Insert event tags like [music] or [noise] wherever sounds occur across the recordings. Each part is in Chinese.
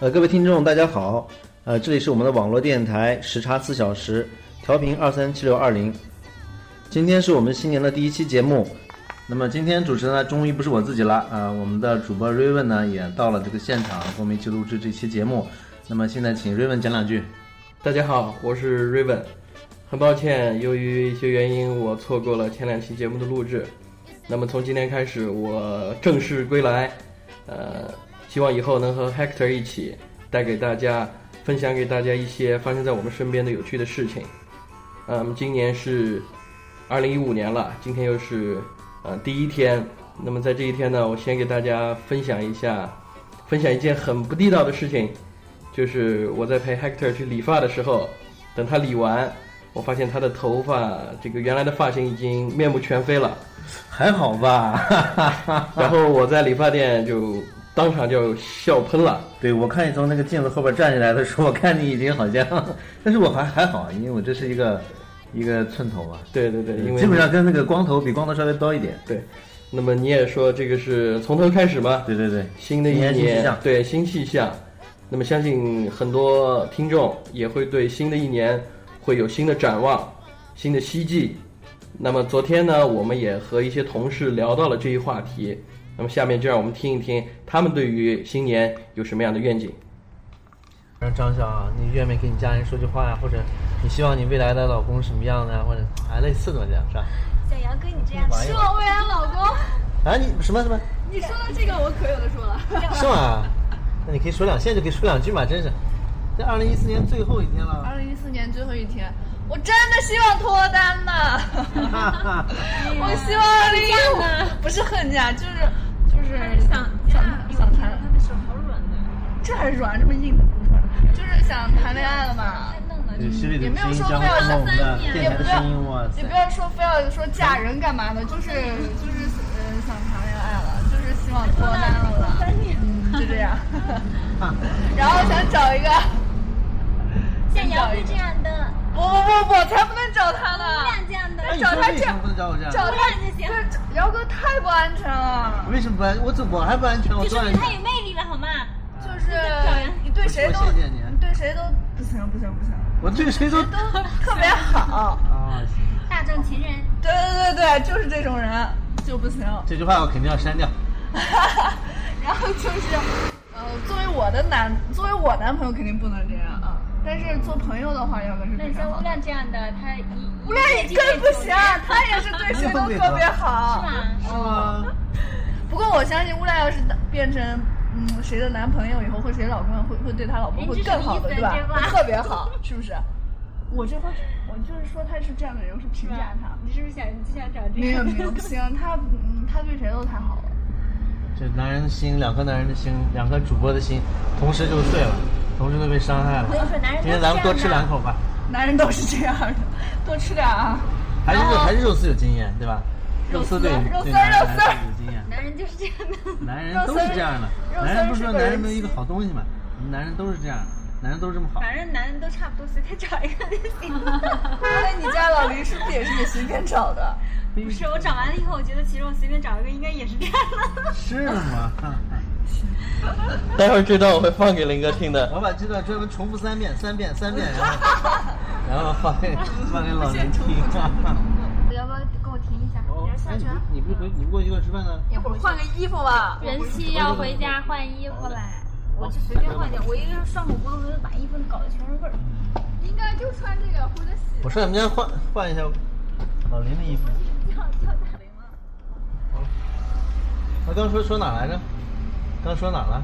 呃，各位听众，大家好，呃，这里是我们的网络电台时差四小时，调频二三七六二零。今天是我们新年的第一期节目，那么今天主持人呢，终于不是我自己了啊、呃我们的主播瑞文呢也到了这个现场，跟我们一起录制这期节目。那么现在请瑞文讲两句。大家好，我是 Raven。很抱歉，由于一些原因，我错过了前两期节目的录制。那么从今天开始，我正式归来。呃，希望以后能和 Hector 一起，带给大家分享给大家一些发生在我们身边的有趣的事情。嗯，今年是二零一五年了，今天又是呃第一天。那么在这一天呢，我先给大家分享一下，分享一件很不地道的事情。就是我在陪 Hector 去理发的时候，等他理完，我发现他的头发这个原来的发型已经面目全非了。还好吧？ [laughs] 啊然后我在理发店就当场就笑喷了。对，我看你从那个镜子后边站起来的时候，我看你已经好像，但是我还还好，啊因为我这是一个一个寸头嘛，对对对，因为基本上跟那个光头比光头稍微高一点。对。那么你也说这个是从头开始嘛？对对对，新的一新年新气年象，对新气象。那么相信很多听众也会对新的一年会有新的展望、新的希冀。那么昨天呢，我们也和一些同事聊到了这一话题。那么下面就让我们听一听他们对于新年有什么样的愿景。让张小，你愿不愿意跟你家人说句话呀？或者你希望你未来的老公什么样的呀？或者啊，类似的吧，这样是吧？想要跟你这样，是我未来老公。啊，你什么什么？你说的这个我可有的说了。是吗？那你可以说两，现在就可以说两句嘛，真是。这二零一四年最后一天了， [laughs] 二零一四年最后一天，我真的希望脱单呐！ [laughs] 我希望二零 [laughs] 一五不是恨嫁，就是就是想想想谈，的手好软呢，这还软，这么硬的不软，就是想谈恋爱了嘛。弄的。对，犀利的也没有声音说将非要通过我们的三年电台的声音，哇也塞不！要说非要说嫁人干嘛的，就是就是呃想谈恋爱了，就是希望脱单了啦，嗯，就这 [laughs] 样。啊然后想找一个，像杨哥这样的，不不不不，才不能找他呢。像这样的，哎，你找说他为这什么不能找我这样？找他看就行。这姚哥太不安全了，哎为什么不安？我怎么我还不安全？我就多说安明全他？有魅力了，好吗？就是你对谁都我谢谢你你对谁都不行不行不行，我对谁都特别 [laughs] 好。啊，大众情人，对对对对，就是这种人就不 [laughs] 行。这句话我肯定要删掉。然后就是，呃，作为我的男，作为我男朋友肯定不能这样啊。但是做朋友的话，姚哥是那非你常像好吴的。亮这样的，他一无论你更不行，啊他也是对谁都特别好。是吗？是吗？ [laughs] 不过我相信乌拉要是变成嗯谁的男朋友以后，或谁老公会会对他老婆会更好的，哎这对什么吧意思？会这话特别好， [laughs] 是不是？我这话我就是说他是这样的人，我是评价他。你是不是想你就想找没这有个？没有，不行，他嗯他对谁都太好了。这男人的心，两颗男人的心，两颗主播的心，同时就碎了，同时都被伤害了。我跟你说，男人今天咱们多吃两口吧，男人都是这样的，多吃点 [laughs] 啊。还是然后还是肉丝有经验，对吧？肉丝对对肉丝肉丝男人还是有经验，男人就是这样的。男人都是这样的。肉丝男人不是说肉丝是个男人没有一个好东西嘛？我们男人都是这样的，男人都是这么好。反正男人都差不多，随便找一个就行了。看来你家老林是不是也是你随便找的？不是，我找完了以后，我觉得其实我随便找一个应该也是这样的。是吗？ [laughs] 待会儿这段我会放给林哥听的。我把这段专门重复三遍，三遍，三遍，然后然后放给放给老林听。 [laughs] 要不要给我停一下？ [laughs] 哦你是哎下你去不是你不啊是回你不过去给我吃饭呢？一会儿换个衣服吧。人妻要回家换衣服啦，我就随便换点，我一个人涮火锅，我就把衣服搞得全是味儿。应该就穿这个或者洗。我上你们家换换一下老林的衣服。我啊刚说说哪来着？刚说哪了？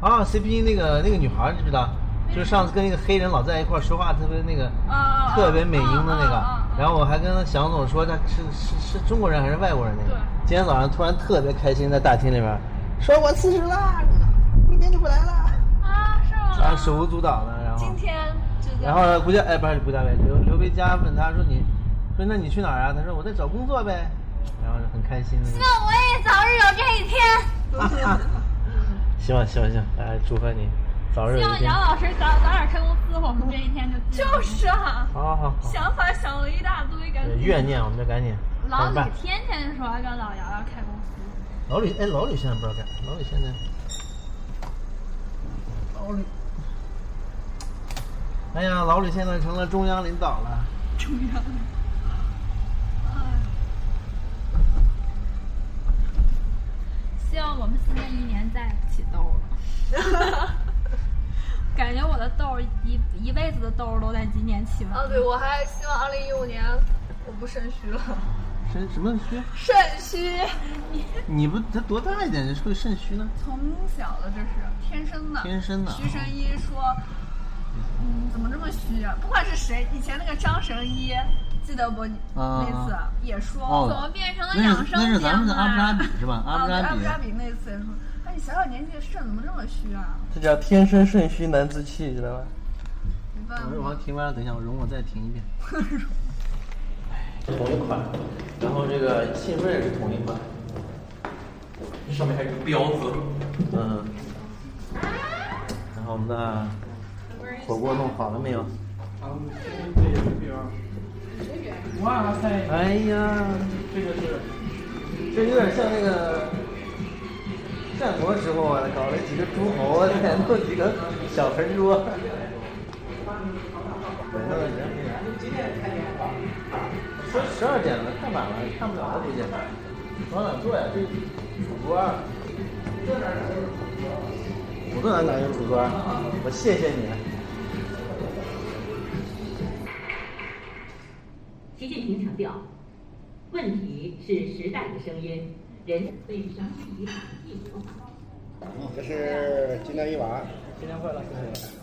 啊，CP 那个那个女孩儿，你知不知道？就是上次跟一个黑人老在一块儿说话，特别那个，哦啊特别美音的那个。然后我还跟翔总说他是是是中国人还是外国人那个。今天早上突然特别开心，在大厅里边儿说我四十啦，明天就不来了。啊，是嗯吗？啊，手舞足蹈的，然后。今天这个然后呢，顾佳哎不是顾佳伟，刘刘维佳问他说你，说那你去哪儿啊？他说我在找工作呗，然后就很开心的。那我也哎早日有这一天，希望希望希望，哎，祝贺你早日希有一望天。姚好老师早早点开公司，我们这一天 [laughs] 就就是啊，好好，想法想了一大堆，感对觉怨念我们就赶紧老赶紧李办。天天说让老姚要开公司，老李哎，老李现在不知道干，老李现在老李，哎呀，老李现在成了中央领导了。中央。希望我们新的一年再起痘 [laughs] 了。感觉我的痘儿一一辈子的痘儿都在今年起完。啊，对，我还希望二零一五年我不肾虚了。肾什么虚？肾虚。你不他多大一点就会肾虚呢？从小的这是天生的。天生的。啊徐神医说，嗯，怎么这么虚啊？不管是谁，以前那个张神医，记得不？啊那次也说，哦怎么变成了那养是生那是节咱们目的阿布扎啦？比是 [laughs] 吧？啊，布对扎阿布比扎比那次也说，哎，你小小年纪肾怎么这么虚啊？这叫天生肾虚难自弃，知道吧？没办法我。我停完了，等一下，我容我再停一 [laughs] 遍。哎同一款，然后这个信润也是同一款，这上面还有个标子。嗯。然后我们的火锅弄好了没有？啊哇塞，哎呀，这个是这有点像那个战国时候啊，搞了几个诸侯，再弄几个小盆桌。嗯说十二点了，太晚了，看不了了，这点。往哪坐呀？这主啊桌。我坐哪哪有主桌？我谢谢你。习近平强调，问题是时代的声音，人对长期以来一国化。这是金丹一碗，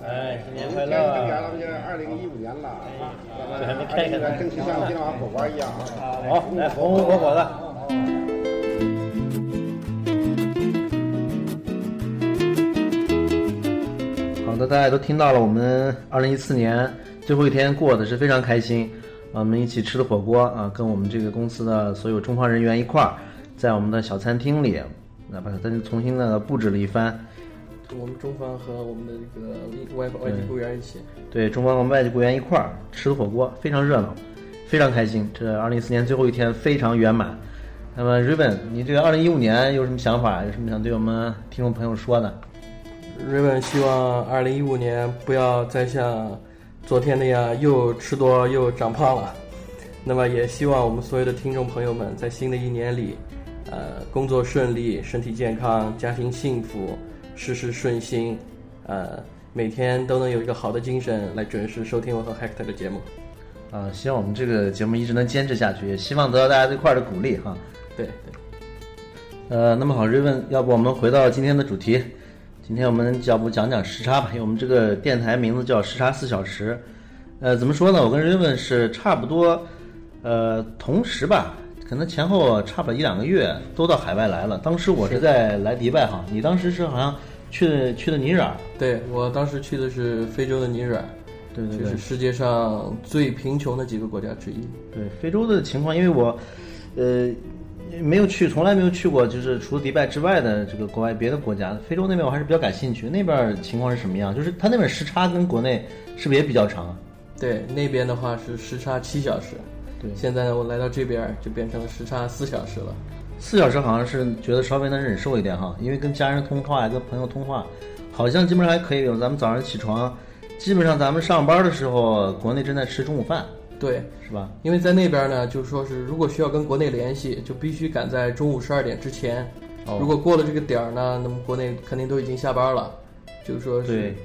哎，新年今快天乐！咱们咱们这二零一五年了，啊咱们二零一五年争取像金丹碗火锅一样啊！好，来红红火火的。好的，大家也都听到了，我们二零一四年最后一天过得是非常开心，啊，我们一起吃的火锅啊，跟我们这个公司的所有中方人员一块儿，在我们的小餐厅里，那把它重新的布置了一番，我们中方和我们的这个外外地雇员一起，对，中方和外籍雇员一块儿吃的火锅，非常热闹，非常开心。这二零一四年最后一天非常圆满。那么 Raven，你这个二零一五年有什么想法？有什么想对我们听众朋友说的？日本希望二零一五年不要再像昨天那样又吃多又长胖了。那么也希望我们所有的听众朋友们在新的一年里，呃，工作顺利，身体健康，家庭幸福，事事顺心，呃，每天都能有一个好的精神来准时收听我和 Hector 的节目。啊、希望我们这个节目一直能坚持下去，也希望得到大家对块儿的鼓励哈。对对，呃，那么好，Raven，要不我们回到今天的主题，今天我们要不讲讲时差吧，因为我们这个电台名字叫时差四小时。呃，怎么说呢？我跟 Raven 是差不多，呃，同时吧，可能前后差不了一两个月都到海外来了。当时我是在来迪拜哈，你当时是好像去去的尼日尔，对我当时去的是非洲的尼日尔，对对这对是世界上最贫穷的几个国家之一。对非洲的情况，因为我，呃，没有去，从来没有去过，就是除了迪拜之外的这个国外别的国家。非洲那边我还是比较感兴趣，那边儿情况是什么样？就是它那边时差跟国内是不是也比较长啊？对，那边的话是时差七小时。对现在呢，我来到这边儿就变成了时差四小时了。四小时好像是觉得稍微能忍受一点哈，因为跟家人通话呀、跟朋友通话，好像基本上还可以。咱们早上起床，基本上咱们上班的时候，国内正在吃中午饭，对，是吧？因为在那边呢，就说是如果需要跟国内联系，就必须赶在中午十二点之前。哦如果过了这个点儿呢，那么国内肯定都已经下班了，就是说是对，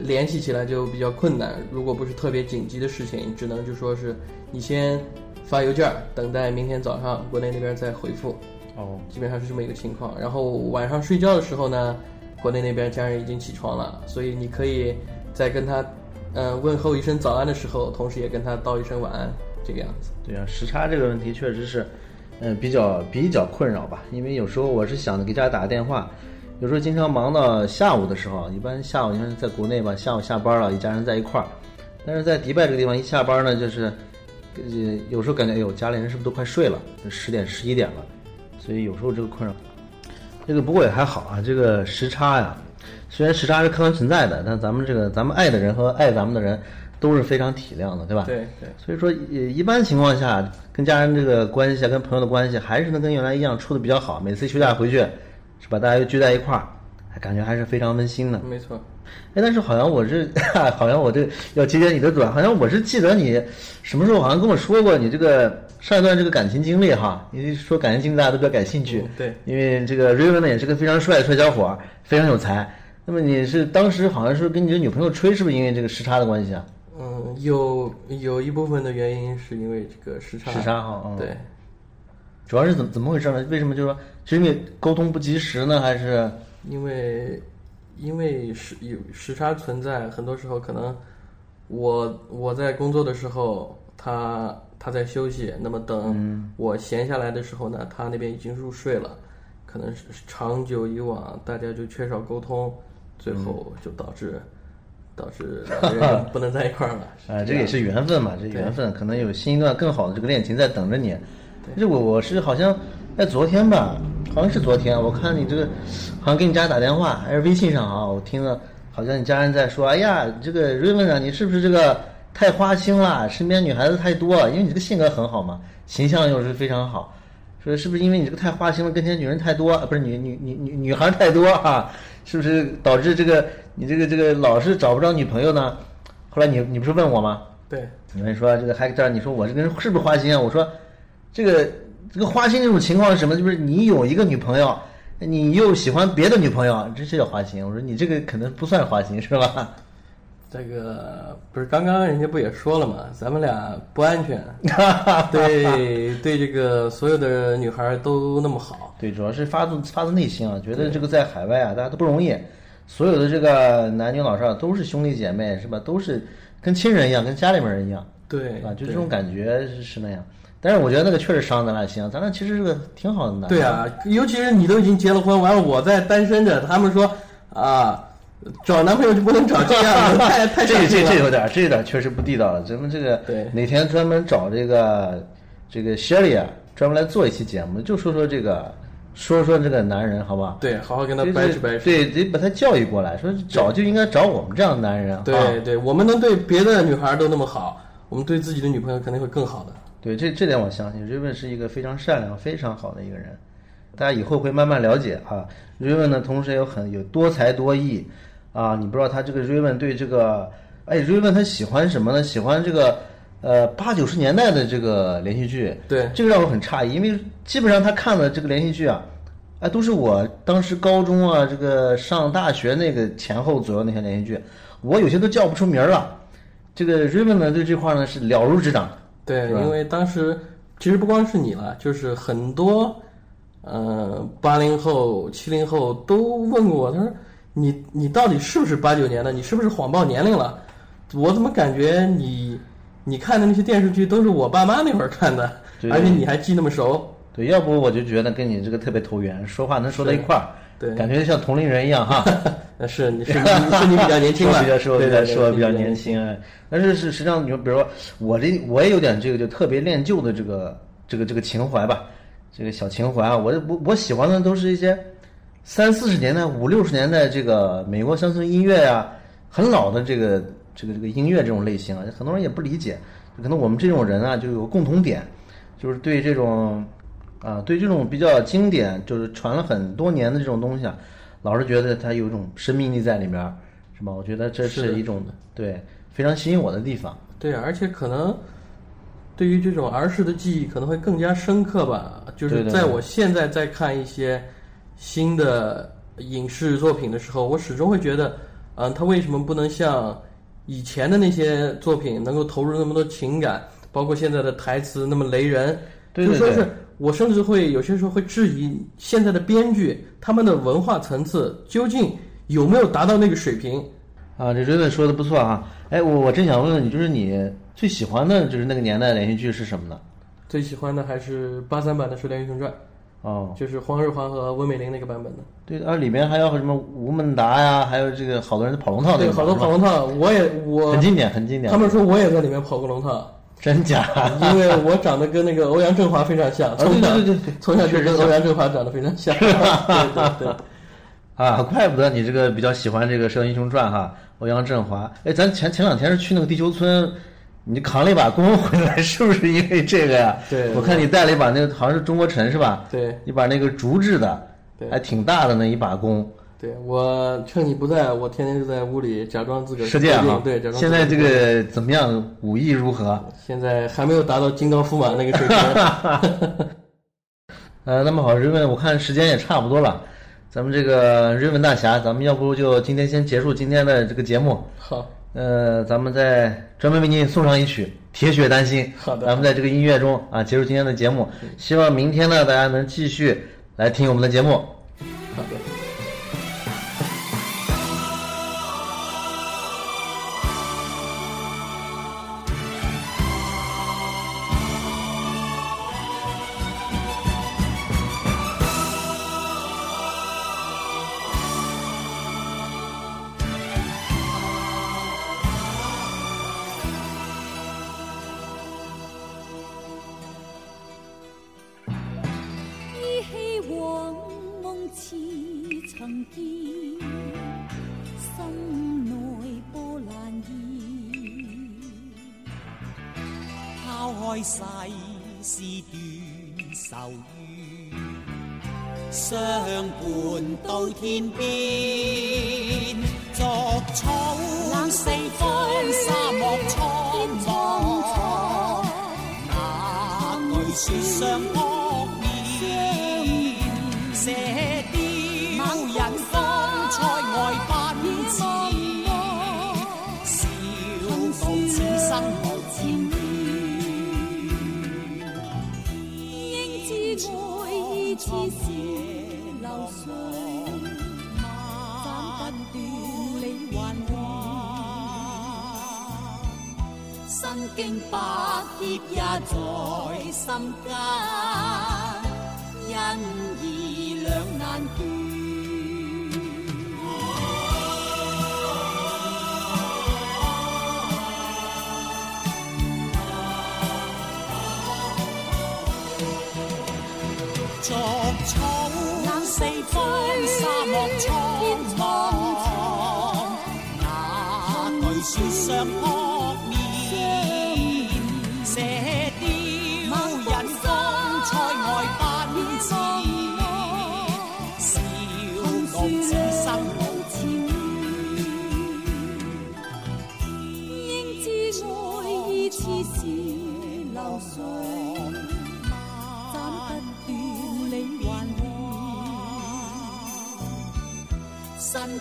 联系起来就比较困难。如果不是特别紧急的事情，只能就说是你先发邮件儿，等待明天早上国内那边再回复。哦，基本上是这么一个情况。然后晚上睡觉的时候呢，国内那边家人已经起床了，所以你可以在跟他，呃，问候一声早安的时候，同时也跟他道一声晚安，这个样子。对啊，时差这个问题确实是，嗯，比较比较困扰吧。因为有时候我是想着给家打个电话，有时候经常忙到下午的时候，一般下午你看在国内吧，下午下班了，一家人在一块儿，但是在迪拜这个地方一下班呢，就是，呃，有时候感觉哎呦，家里人是不是都快睡了，十点十一点了，所以有时候这个困扰。这个不过也还好啊，这个时差呀，虽然时差是客观存在的，但咱们这个咱们爱的人和爱咱们的人都是非常体谅的，对吧？对对所以说，一一般情况下，跟家人这个关系啊，跟朋友的关系，还是能跟原来一样处的比较好。每次休假回去，是吧？大家又聚在一块儿，感觉还是非常温馨的。没错，哎，但是好像我是， [laughs] 好像我这要截截你的短，好像我是记得你什么时候好像跟我说过你这个上一段这个感情经历哈，因为说感情经历大家都比较感兴趣，嗯对因为这个 Raven 呢也是个非常帅的帅小伙儿，非常有才。那么你是当时好像是跟你的女朋友吹，是不是因为这个时差的关系啊？嗯，有有一部分的原因是因为这个时差，时差哈嗯对，主要是怎么怎么回事呢？为什么就是说是因为沟通不及时呢，还是因为因为时有时差存在，很多时候可能我我在工作的时候，他他在休息，那么等我闲下来的时候呢，他那边已经入睡了，可能是长久以往，大家就缺少沟通，最后就导致、导致两个人不能在一块儿了。啊，这个也是缘分嘛，这缘分可能有新一段更好的这个恋情在等着你。这我我是好像在昨天吧，好像是昨天，我看你这个好像给你家打电话，还是微信上啊，我听了好像你家人在说，哎呀，这个 Raven 啊，你是不是这个太花心了？身边女孩子太多，因为你这个性格很好嘛，形象又是非常好。说是不是因为你这个太花心了，跟前女人太多，啊不是女女女女女孩太多啊？是不是导致这个你这个这个老是找不着女朋友呢？后来你你不是问我吗？对，你们说这个还这样，你说我这个人是不是花心啊？我说，这个这个花心这种情况是什么？就是你有一个女朋友，你又喜欢别的女朋友，这这叫花心。我说你这个可能不算花心是吧？这个不是刚刚人家不也说了嘛，咱们俩不安 [laughs] 全，对对，这个所有的女孩都那么好，对，主要是发自发自内心啊，觉得这个在海外啊，大家都不容易，所有的这个男女老少都是兄弟姐妹是吧？都是跟亲人一样，跟家里面人一样，对吧？就这啊对种感觉是是那样。但是我觉得那个确实伤咱俩心啊，咱俩其实这个挺好的男的。对啊，尤其是你都已经结了婚，完了我在单身着，他们说啊，找男朋友就 [laughs] 不啊 [laughs] 能找这样的，太太这伤这心这了有点儿，这有点儿确实不地道了。咱们这个对哪天专门找这个这个 Sherry 啊，专门来做一期节目，就说说这个，说说这个男人，好不好？对，好好跟他就是掰扯掰扯。对，得把他教育过来，说找就应该找我们这样的男人。啊对对，我们能对别的女孩都那么好，我们对自己的女朋友肯定会更好的。对，这这点我相信，Raven 是一个非常善良、非常好的一个人，大家以后会慢慢了解啊。Raven 呢，同时也有很有多才多艺啊。你不知道他这个 Raven 对这个，哎，Raven 他喜欢什么呢？喜欢这个呃八九十年代的这个连续剧。对这个让我很诧异，因为基本上他看的这个连续剧啊，哎，都是我当时高中啊，这个上大学那个前后左右那些连续剧，我有些都叫不出名儿了。这个 Raven 呢，对这块儿呢是了如指掌。对，是吧因为当时其实不光是你了，就是很多呃八零后、七零后都问过我，他说你你到底是不是八九年的？你是不是谎报年龄了？我怎么感觉你你看的那些电视剧都是我爸妈那会儿看的，对而且你还记那么熟？对，要不我就觉得跟你这个特别投缘，说话能说到一块儿，对感觉像同龄人一样哈。那呃是 [laughs] 你 [laughs] 是你是你比较年轻我了，比较 [laughs] 说对比对较对说你比较年轻，哎但是是实际上你说，比如说我这我也有点这个就特别恋旧的这个这个这个情怀吧，这个小情怀啊，我我我喜欢的都是一些三四十年代、五六十年代这个美国乡村音乐呀、很老的这个这个这个音乐这种类型啊，很多人也不理解，可能我们这种人啊就有共同点，就是对这种啊，对这种比较经典，就是传了很多年的这种东西啊，老是觉得它有一种生命力在里面儿，是吧？我觉得这是的是一种对非常吸引我的地方。对，而且可能对于这种儿时的记忆可能会更加深刻吧。就对是对在对我现在在看一些新的影视作品的时候，我始终会觉得，嗯、它为什么不能像以前的那些作品能够投入那么多情感，包括现在的台词那么雷人？对就对说对是我甚至会有些时候会质疑现在的编剧他们的文化层次究竟有没有达到那个水平。啊，这追问说的不错啊！哎，我我真想问问你，就是你最喜欢的就是那个年代的连续剧是什么呢？最喜欢的还是八三版的《射雕英雄传》。哦，就是黄日华和温美玲那个版本的。对，啊，里面还有什么吴孟达呀，还有这个好多人跑龙哦套那对，个，好多跑龙套，我也我很经典，很经典。他们说我也在里面跑过龙套， [laughs] 真假？因为我长得跟那个欧阳震华非常像，从小啊对对对对从小就跟欧阳震华长得非常像。对对对，啊，怪不得你这个比较喜欢这个《射雕英雄传》哈，欧阳震华。哎，咱前前两天是去那个地球村，你扛了一把弓回来，是不是因为这个呀？对我看你带了一把那个好像是中国陈是吧？对一把那个竹制的，对还挺大的那一把弓。对我趁你不在，我天天就在屋里假装自个儿是这样啊哈。，对，假装自现儿在这确定个怎么样？武艺如何？现在还没有达到金刚驸马那个水 [laughs] 平。呃，那么好，瑞文，我看时间也差不多了，咱们这个瑞文大侠，咱们要不就今天先结束今天的这个节目，好，呃，咱们再专门为你送上一曲《铁血丹心》。好的咱们在这个音乐中啊结束今天的节目，希望明天呢大家能继续来听我们的节目。好的。依稀往夢似曾見，心內波瀾現。拋開世事斷愁怨，相伴到天邊。作草冷四方，沙漠蒼茫。那句说相扑面，射雕人方塞外奔驰，笑道此生無前缘。英姿愛似是流水，斬不斷你幻幻。身經百劫也在心間，因義兩難斷。作草冷四方，沙漠蒼茫。那句説相撲面，射雕人方塞外奔驰，笑傲此生無前緣。英姿愛意似是流水，斬不斷你還亂。身